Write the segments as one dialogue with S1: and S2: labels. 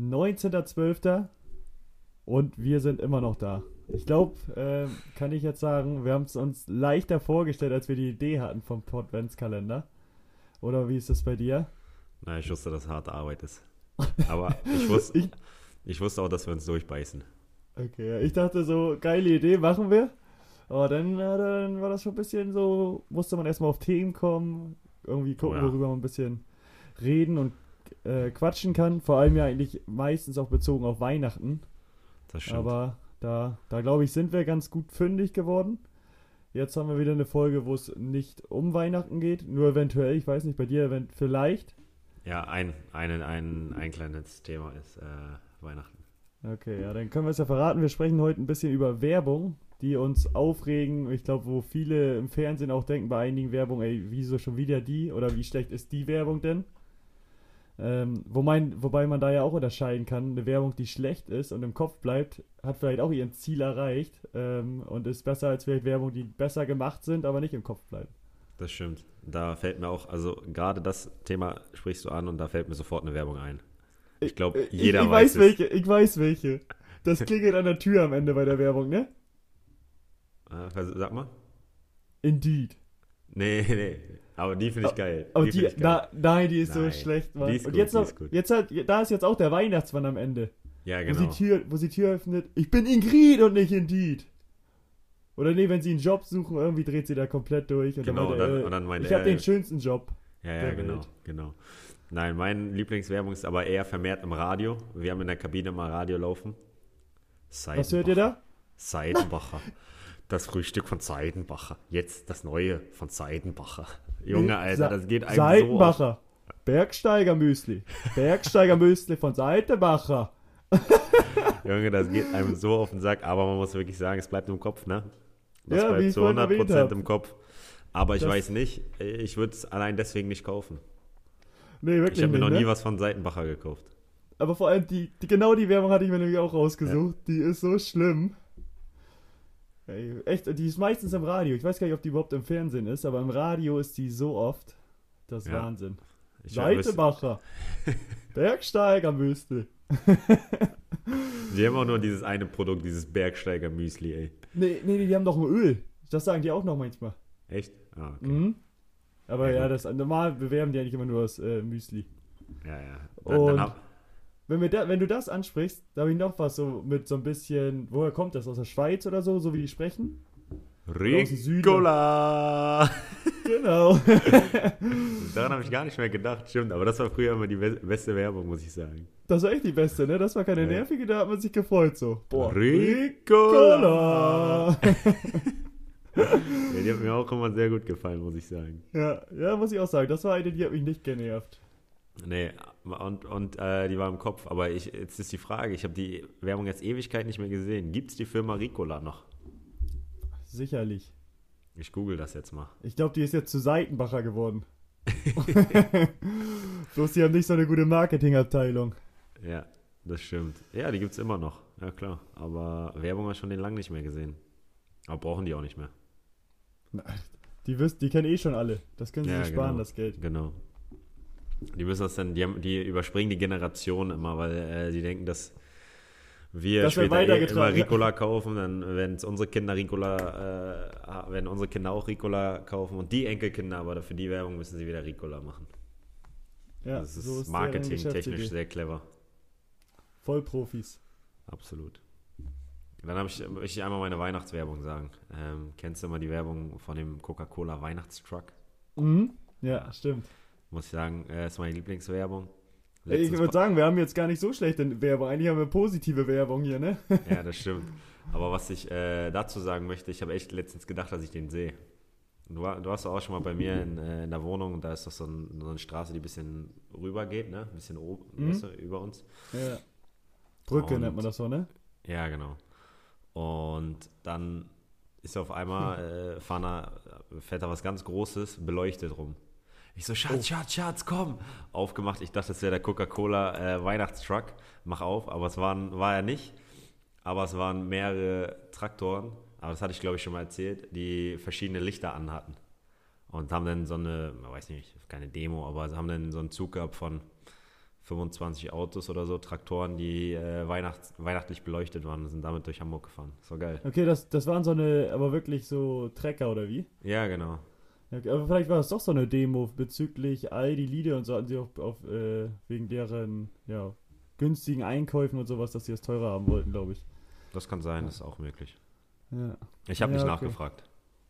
S1: 19.12. und wir sind immer noch da. Ich glaube, ähm, kann ich jetzt sagen, wir haben es uns leichter vorgestellt, als wir die Idee hatten vom Adventskalender. Oder wie ist das bei dir?
S2: Na, ich wusste, dass harte Arbeit ist. Aber ich wusste, ich, ich wusste auch, dass wir uns durchbeißen.
S1: Okay, ich dachte so, geile Idee, machen wir. Aber dann, äh, dann war das schon ein bisschen so, musste man erstmal auf Themen kommen, irgendwie gucken,
S2: Oh ja.
S1: worüber man ein bisschen reden und äh, quatschen kann. Vor allem ja eigentlich meistens auch bezogen auf Weihnachten.
S2: Das stimmt.
S1: Aber da, da glaube ich, sind wir ganz gut fündig geworden. Jetzt haben wir wieder eine Folge, wo es nicht um Weihnachten geht, nur eventuell, ich weiß nicht, bei dir event vielleicht.
S2: ja, ein, ein, ein, ein kleines Thema ist äh, Weihnachten.
S1: Okay, ja, dann können wir es ja verraten. Wir sprechen heute ein bisschen über Werbung, die uns aufregen. Ich glaube, wo viele im Fernsehen auch denken, bei einigen Werbung, ey, wieso schon wieder die? Oder wie schlecht ist die Werbung denn? Ähm, wo mein, wobei man da ja auch unterscheiden kann, eine Werbung, die schlecht ist und im Kopf bleibt, hat vielleicht auch ihr Ziel erreicht ähm, und ist besser als vielleicht Werbung, die besser gemacht sind, aber nicht im Kopf bleiben.
S2: Das stimmt. Da fällt mir auch, also gerade das Thema sprichst du an und da fällt mir sofort eine Werbung ein. Ich glaube, Äh, jeder
S1: ich, ich
S2: weiß,
S1: weiß
S2: es.
S1: welche, ich weiß welche. Das klingelt an der Tür am Ende bei der Werbung, ne?
S2: Äh, vers- sag mal.
S1: Indeed.
S2: Nee, nee. Aber die finde ich geil.
S1: Ah, Aber
S2: find
S1: die,
S2: ich geil.
S1: na, nein, die ist
S2: Nein.
S1: so schlecht, Mann.
S2: Die ist
S1: und
S2: gut,
S1: jetzt
S2: die
S1: noch,
S2: ist gut.
S1: jetzt hat, da ist jetzt auch der Weihnachtsmann am Ende,
S2: ja,
S1: wo, sie
S2: genau.
S1: Tür, wo sie Tür öffnet. Ich bin Ingrid und nicht Indeed. Oder nee, wenn sie einen Job suchen, irgendwie dreht sie da komplett durch. Und dann
S2: Genau, und
S1: meint
S2: dann-
S1: er,
S2: und dann meint
S1: ich
S2: er,
S1: habe den
S2: äh,
S1: schönsten Job.
S2: Ja, ja,
S1: der
S2: genau,
S1: Welt.
S2: genau. Nein, mein Lieblingswerbung ist aber eher vermehrt im Radio. Wir haben in der Kabine mal Radio laufen.
S1: Was hört ihr da?
S2: Seidenbacher. Das Frühstück von Seidenbacher. Jetzt das Neue von Seidenbacher. Junge, Alter, das geht einem so
S1: Seitenbacher. Bergsteigermüsli. Bergsteigermüsli von Seitenbacher.
S2: auf, Junge, das geht einem so auf den Sack. Aber man muss wirklich sagen, es bleibt im Kopf, ne? Das
S1: Ja, wie
S2: bleibt
S1: ich
S2: zu
S1: vorhin erwähnt
S2: 100%
S1: hab.
S2: im Kopf. Aber ich
S1: Das-
S2: weiß nicht, ich würde es allein deswegen nicht kaufen.
S1: Nee, wirklich
S2: Ich habe mir
S1: nicht,
S2: noch
S1: ne?
S2: nie was von Seitenbacher gekauft.
S1: Aber vor allem, die, die, genau die Werbung hatte ich mir nämlich auch rausgesucht. Die ist so schlimm. Ey, echt, die ist meistens im Radio. Ich weiß gar nicht, ob die überhaupt im Fernsehen ist, aber im Radio ist die so oft. Das ist
S2: Ja.
S1: Wahnsinn.
S2: Ich wüsste-
S1: Seitenbacher. Bergsteigermüsli.
S2: Die haben auch nur dieses eine Produkt, dieses Bergsteiger-Müsli, ey.
S1: Nee, nee, nee, die haben doch ein Öl. Das sagen die auch noch manchmal.
S2: Echt? Ah, okay.
S1: Mhm. Aber
S2: Ja,
S1: ja,
S2: gut.
S1: das normal bewerben die eigentlich immer nur das äh, Müsli.
S2: Ja, ja.
S1: Und-
S2: hab-
S1: Wenn, wir da, wenn du das ansprichst, da habe ich noch was so mit so ein bisschen, woher kommt das? Aus der Schweiz oder so, so wie die sprechen? aus dem Süden.
S2: Ricola!
S1: Genau.
S2: Daran habe ich gar nicht mehr gedacht, stimmt. Aber das war früher immer die be- beste Werbung, muss ich sagen.
S1: Das war echt die beste, ne? Das war keine
S2: Ja.
S1: nervige, da hat man sich gefreut so. Boah.
S2: Ricola!
S1: Ricola.
S2: Ja, die hat mir auch immer sehr gut gefallen, muss ich sagen.
S1: ja, ja, muss ich auch sagen. Das war eine, die hat mich nicht genervt.
S2: Nee, und, und äh, die war im Kopf. Aber ich, jetzt ist die Frage, ich habe die Werbung jetzt Ewigkeit nicht mehr gesehen. Gibt es die Firma Ricola noch?
S1: Sicherlich.
S2: Ich google das jetzt mal.
S1: Ich glaube, die ist jetzt zu Seitenbacher geworden. Bloß die haben nicht so eine gute Marketingabteilung.
S2: Ja, das stimmt. Ja, die gibt es immer noch. Ja, klar. Aber Werbung hast du schon den lang nicht mehr gesehen. Aber brauchen die auch nicht mehr.
S1: Die wisst, die kennen eh schon alle. Das können sie
S2: Ja,
S1: sich sparen,
S2: genau.
S1: das Geld.
S2: Genau. Die müssen das dann, die, haben, die überspringen die Generation immer, weil äh, die denken, dass wir
S1: Das wird
S2: später eh immer
S1: weitergetragen, ja.
S2: Ricola kaufen, dann werden es unsere Kinder Ricola, äh, ha- werden unsere Kinder auch Ricola kaufen und die Enkelkinder, aber für die Werbung müssen sie wieder Ricola machen.
S1: Ja,
S2: das ist
S1: so deren
S2: marketingtechnisch
S1: Geschäftsidee.
S2: sehr clever.
S1: Vollprofis.
S2: Absolut. Dann habe ich, möchte ich einmal meine Weihnachtswerbung sagen. Ähm, kennst du immer die Werbung von dem Coca-Cola Weihnachtstruck?
S1: Mhm. Ja, stimmt.
S2: Muss ich sagen, äh, ist meine Lieblingswerbung.
S1: Ey, Ich
S2: Letztens
S1: würde sagen, wir haben jetzt gar nicht so schlechte Werbung. Eigentlich haben wir positive Werbung hier, ne?
S2: Ja, das stimmt. Aber was ich äh, dazu sagen möchte, ich habe echt letztens gedacht, dass ich den sehe. Du, war, du warst doch auch schon mal bei mir in, äh, in der Wohnung und da ist doch so, ein, so eine Straße, die ein bisschen rüber geht, ne? Ein bisschen oben, weißt du, über uns.
S1: Ja. Brücke
S2: Und-
S1: nennt man das so, ne?
S2: Ja, genau. Und dann ist auf einmal, äh, fahren da, fährt da was ganz Großes, beleuchtet rum. Ich so, Schatz, Schatz, Schatz, komm! Aufgemacht, ich dachte, das wäre der Coca-Cola äh, Weihnachtstruck. Mach auf, aber es waren, war er nicht. Aber es waren mehrere Traktoren, aber das hatte ich glaube ich schon mal erzählt, die verschiedene Lichter anhatten. Und haben dann so eine, man weiß nicht, keine Demo, aber sie haben dann so einen Zug gehabt von 25 Autos oder so, Traktoren, die äh, weihnachts weihnachtlich beleuchtet waren und sind damit durch Hamburg gefahren. Das war geil.
S1: Okay, das, das waren so eine, aber wirklich so Trecker oder wie?
S2: Ja, genau.
S1: Ja, Okay, aber vielleicht war es doch so eine Demo bezüglich all die Lieder und so hatten sie auch auf, äh, wegen deren ja, günstigen Einkäufen und sowas, dass sie es teurer haben wollten, glaube ich.
S2: Das kann sein, das ist auch möglich.
S1: Ja.
S2: Ich habe
S1: Ja,
S2: nicht
S1: okay.
S2: nachgefragt.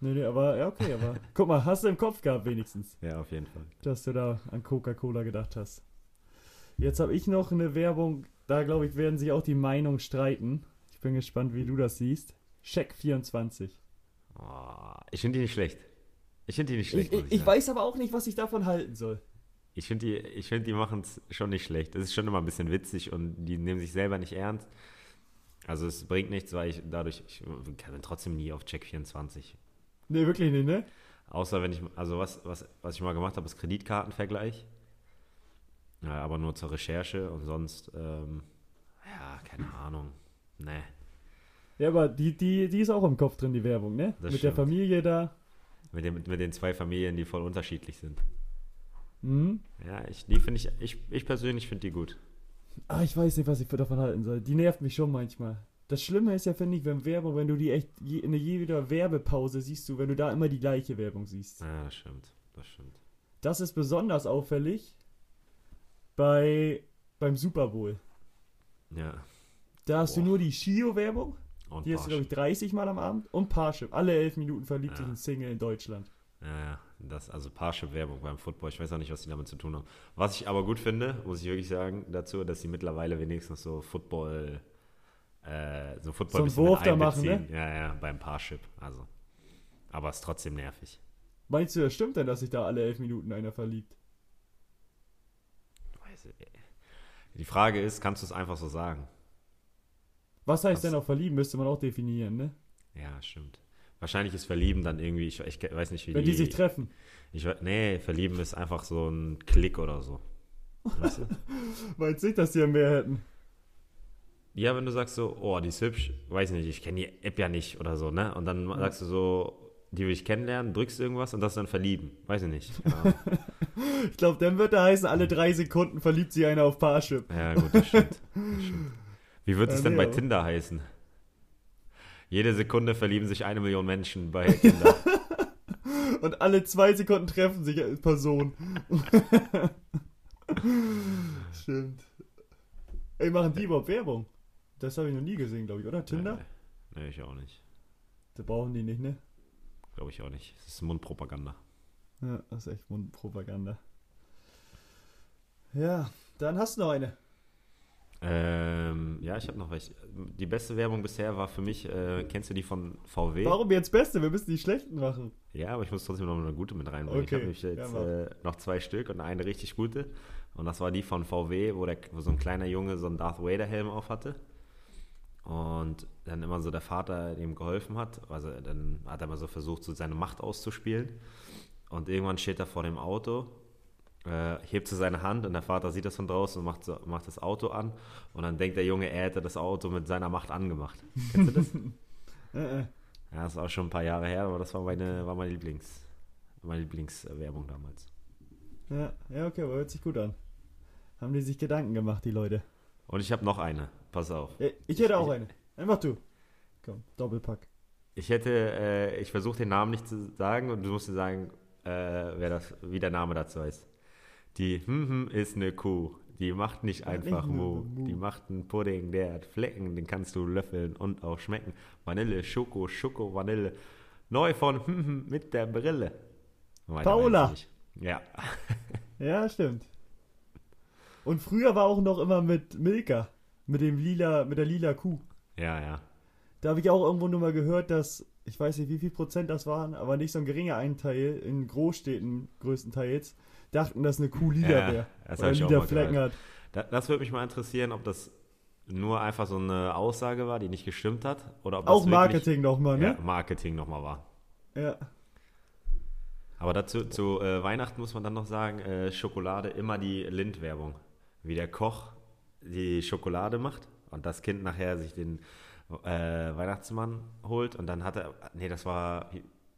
S1: Nee, nee, aber ja, okay, aber guck mal, hast du im Kopf gehabt wenigstens,
S2: Ja, auf jeden Fall.
S1: dass du da an Coca-Cola gedacht hast. Jetzt habe ich noch eine Werbung, da glaube ich, werden sich auch die Meinungen streiten. Ich bin gespannt, wie du das siehst. Check 24.
S2: Oh, ich finde die nicht schlecht. Ich finde die nicht
S1: Ich,
S2: schlecht. muss
S1: ich, ich
S2: sagen.
S1: weiß aber auch nicht, was ich davon halten soll.
S2: ich finde die, ich find die machen es schon nicht schlecht. Es ist schon immer ein bisschen witzig und die nehmen sich selber nicht ernst. Also es bringt nichts, weil ich dadurch, ich kann trotzdem nie auf Check 24.
S1: Nee, wirklich nicht, ne?
S2: Außer wenn ich, also was, was, was ich mal gemacht habe, ist Kreditkartenvergleich. Ja, aber nur zur Recherche und sonst, ähm, ja, keine Ahnung. Nee.
S1: Ja, aber die, die, die ist auch im Kopf drin, die Werbung, ne?
S2: Das
S1: Mit der
S2: stimmt.
S1: Familie da.
S2: Mit, dem, mit den zwei Familien, die voll unterschiedlich sind.
S1: Mhm.
S2: Ja, ich, die finde ich, ich, ich persönlich finde die gut.
S1: Ah, ich weiß nicht, was ich davon halten soll. Die nervt mich schon manchmal. Das Schlimme ist ja, finde ich, wenn Werbung, wenn du die echt je, in jeder Werbepause siehst, du, wenn du da immer die gleiche Werbung siehst.
S2: Ja, das stimmt. Das stimmt.
S1: Das ist besonders auffällig bei beim Super Bowl.
S2: Ja.
S1: Da hast
S2: Boah.
S1: du nur die Shio-Werbung,
S2: Und
S1: die hast du,
S2: Porsche.
S1: glaube ich, 30 Mal am Abend und Parship. Alle 11 Minuten verliebt
S2: Ja.
S1: sich ein Single in Deutschland.
S2: Ja, ja, das, also Parship-Werbung beim Football, ich weiß auch nicht, was die damit zu tun haben. Was ich aber gut finde, muss ich wirklich sagen, dazu, dass sie mittlerweile wenigstens so Football, äh, so Football
S1: So einen
S2: ein bisschen mit
S1: Wurf da machen, ne?
S2: einbeziehen. Ja, ja, beim Parship, also. Aber ist trotzdem nervig.
S1: Meinst du, das stimmt denn, dass sich da alle 11 Minuten einer verliebt?
S2: Weiß ich- Die Frage ist, kannst du es einfach so sagen?
S1: Was heißt
S2: Das-
S1: denn auch verlieben, müsste man auch definieren, ne?
S2: Ja, stimmt. Wahrscheinlich ist Verlieben dann irgendwie, ich, ich weiß nicht, wie
S1: Wenn die sich treffen.
S2: ich, we- Nee, Verlieben ist einfach so ein Klick oder so. Weißt du?
S1: Meinst du nicht, dass die mehr hätten?
S2: Ja, wenn du sagst so, oh, die ist hübsch, weiß nicht, ich kenne die App ja nicht oder so, ne? Und dann sagst du so, die will ich kennenlernen, drückst irgendwas und das dann verlieben. Weiß ich nicht. Ah, Keine Ahnung.
S1: Ich glaube, dann wird da heißen, alle drei Sekunden verliebt sich einer auf Parship.
S2: ja, gut, das stimmt. Das stimmt. Wie wird es
S1: Äh,
S2: denn
S1: nee,
S2: bei
S1: aber-
S2: Tinder heißen? Jede Sekunde verlieben sich eine Million Menschen bei Tinder.
S1: Und alle zwei Sekunden treffen sich Personen. Stimmt. Ey, machen die überhaupt Werbung? Das habe ich noch nie gesehen, glaube ich, oder? Tinder?
S2: Nee, nee, ich auch nicht.
S1: Da brauchen die nicht, ne?
S2: Glaube ich auch nicht. Das ist Mundpropaganda.
S1: Ja, das ist echt Mundpropaganda. Ja, dann hast du noch eine.
S2: Ähm, ja, ich habe noch welche. Die beste Werbung bisher war für mich, äh, kennst du die von VW?
S1: Warum jetzt Beste? Wir müssen die schlechten machen.
S2: Ja, aber ich muss trotzdem noch eine gute mit
S1: Okay,
S2: reinbringen. Ich habe
S1: ja,
S2: nämlich jetzt
S1: mach.
S2: äh, noch zwei Stück und eine richtig gute. Und das war die von VW, wo, der, wo so ein kleiner Junge so einen Darth Vader-Helm auf hatte. Und dann immer so der Vater ihm geholfen hat. Also dann hat er mal so versucht, so seine Macht auszuspielen. Und irgendwann steht er vor dem Auto, äh, hebt so seine Hand und der Vater sieht das von draußen und macht, so, macht das Auto an. Und dann denkt der Junge, er hätte das Auto mit seiner Macht angemacht. Kennst du das?
S1: Äh, äh.
S2: Ja, das ist auch schon ein paar Jahre her, aber das war meine, war meine Lieblings, meine Lieblingswerbung damals.
S1: Ja, ja, okay, aber hört sich gut an. Haben die sich Gedanken gemacht, die Leute.
S2: Und ich habe noch eine, pass auf.
S1: Ey, Äh, Ich hätte auch eine. Einfach du. Komm, Doppelpack.
S2: Ich hätte, äh, ich versuche den Namen nicht zu sagen und du musst mir sagen, äh, wer das, wie der Name dazu heißt. Die hm, hm ist eine Kuh. Die macht nicht einfach
S1: nur
S2: Mu.
S1: eine Mu.
S2: Die macht einen Pudding, der hat Flecken, den kannst du löffeln und auch schmecken. Vanille, Schoko, Schoko, Vanille. Neu von hm, hm mit der Brille. Weiter
S1: Paula.
S2: weiß ich nicht. Ja.
S1: Ja, stimmt. Und früher war auch noch immer mit Milka, mit dem lila, mit der lila Kuh.
S2: Ja, ja.
S1: Da habe ich auch irgendwo nur mal gehört, dass ich weiß nicht, wie viel Prozent das waren, aber nicht so ein geringer Anteil in Großstädten größtenteils dachten, dass eine Kuh lila
S2: Ja,
S1: wäre
S2: das
S1: oder
S2: hab ich auch
S1: lila
S2: mal
S1: Flecken hat.
S2: Da, das würde mich mal interessieren, ob das nur einfach so eine Aussage war, die nicht gestimmt hat. Oder ob
S1: Auch
S2: das
S1: Marketing nochmal,
S2: Wirklich, ja,
S1: ne?
S2: Marketing nochmal war.
S1: Ja.
S2: Aber dazu zu äh, Weihnachten muss man dann noch sagen: äh, Schokolade, immer die Lind-Werbung. Wie der Koch die Schokolade macht und das Kind nachher sich den äh, Weihnachtsmann holt und dann hat er, nee, das war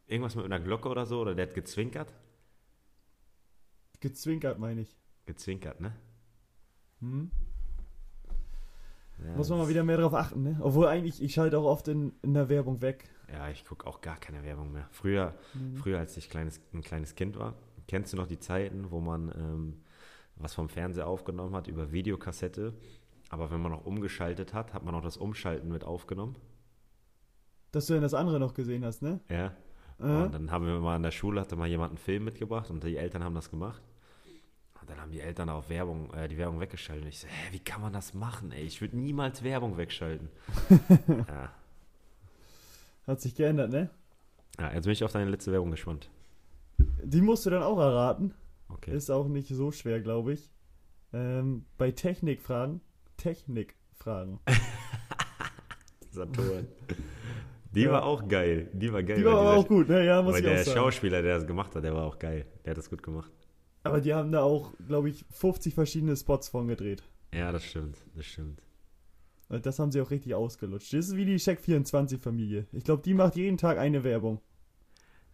S2: irgendwas mit einer Glocke oder so, oder der hat gezwinkert.
S1: Gezwinkert meine ich.
S2: Gezwinkert, ne?
S1: Hm?
S2: Ja,
S1: Muss man mal
S2: das-
S1: wieder mehr drauf achten, ne? Obwohl eigentlich, ich schalte auch oft in, in der Werbung weg.
S2: Ja, ich gucke auch gar keine Werbung mehr. Früher, früher als ich kleines, ein kleines Kind war, kennst du noch die Zeiten, wo man ähm, was vom Fernseher aufgenommen hat über Videokassette? Aber wenn man noch umgeschaltet hat, hat man auch das Umschalten mit aufgenommen.
S1: Dass du dann das andere noch gesehen hast, ne?
S2: Ja.
S1: Äh?
S2: Und dann haben wir mal in der Schule, hatte mal jemand einen Film mitgebracht und die Eltern haben das gemacht. Und dann haben die Eltern auch Werbung, äh, die Werbung weggeschaltet. Und ich so, hä, wie kann man das machen, ey? Ich würde niemals Werbung wegschalten. ja.
S1: Hat sich geändert, ne?
S2: ja, jetzt bin ich auf deine letzte Werbung gespannt.
S1: Die musst du dann auch erraten.
S2: Okay.
S1: Ist auch nicht so schwer, glaube ich. Ähm, bei Technikfragen, Technikfragen.
S2: Saturn. Die
S1: Ja.
S2: war auch geil. Die war geil.
S1: Die
S2: weil
S1: waren aber
S2: dieser-
S1: auch gut, ne? Ja, muss
S2: weil
S1: ich
S2: der
S1: auch sagen.
S2: Schauspieler, der das gemacht hat, der war auch geil. Der hat das gut gemacht.
S1: Aber die haben da auch, glaube ich, 50 verschiedene Spots von gedreht.
S2: Ja, das stimmt. Das stimmt.
S1: Und Das haben sie auch richtig ausgelutscht. Das ist wie die Check24-Familie. Ich glaube, die macht jeden Tag eine Werbung.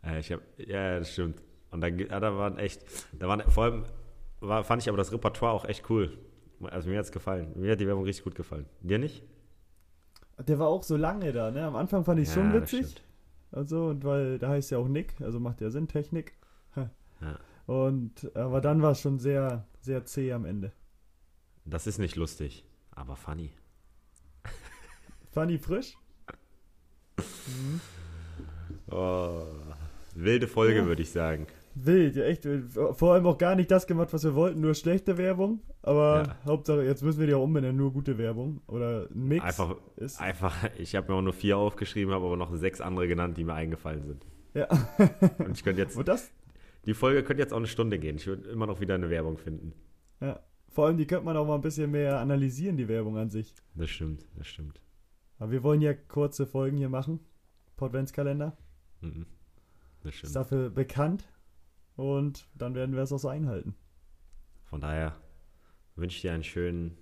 S2: Äh, ich hab, ja, ja, das stimmt. Und dann, ge- ja, da waren echt, da waren vor allem, war, fand ich aber das Repertoire auch echt cool. Also mir hat es gefallen. Mir hat die Werbung richtig gut gefallen. Dir nicht?
S1: Der war auch so lange da, ne? Am Anfang fand ich
S2: ja,
S1: schon
S2: das
S1: witzig.
S2: stimmt.
S1: Also, und weil da heißt ja auch Nick, also macht ja Sinn, Technik.
S2: Ja.
S1: Und aber dann war es schon sehr, sehr zäh am Ende.
S2: Das ist nicht lustig, aber funny.
S1: Fanny frisch?
S2: Oh, wilde Folge,
S1: Ja.
S2: würde ich sagen.
S1: Wild, ja echt. wild. Vor allem auch gar nicht das gemacht, was wir wollten, nur schlechte Werbung. Aber
S2: Ja.
S1: Hauptsache, jetzt müssen wir die auch umbenennen, nur gute Werbung. Oder ein Mix.
S2: Einfach,
S1: ist.
S2: einfach, ich habe mir auch nur vier aufgeschrieben, habe aber noch sechs andere genannt, die mir eingefallen sind.
S1: Ja.
S2: Und ich könnte jetzt,
S1: Und das,
S2: die Folge könnte jetzt auch eine Stunde gehen. Ich würde immer noch wieder eine Werbung finden.
S1: ja. Vor allem, die könnte man auch mal ein bisschen mehr analysieren, die Werbung an sich.
S2: Das stimmt, das stimmt.
S1: Aber wir wollen ja kurze Folgen hier machen. Podventskalender.
S2: Mhm. Das
S1: Ist
S2: stimmt.
S1: dafür bekannt. Und dann werden wir es auch so einhalten.
S2: Von daher wünsche ich dir einen schönen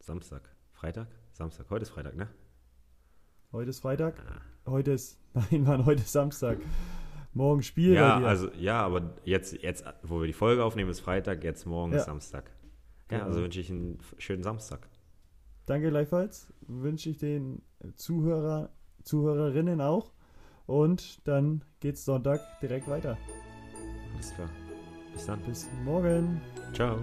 S2: Samstag. Freitag? Samstag. Heute ist Freitag, ne?
S1: Heute ist Freitag.
S2: Ah.
S1: Heute ist. Nein, Mann, heute ist Samstag. Morgen Spiel
S2: Ja,
S1: bei dir.
S2: also ja, aber jetzt, jetzt, wo wir die Folge aufnehmen, ist Freitag, jetzt morgen
S1: Ja.
S2: ist Samstag. Ja,
S1: Genau.
S2: also wünsche ich einen f- schönen Samstag.
S1: Danke gleichfalls. Wünsche ich den Zuhörer, Zuhörerinnen auch. Und dann geht's Sonntag direkt weiter.
S2: Alles klar. Bis dann.
S1: Bis morgen.
S2: Ciao.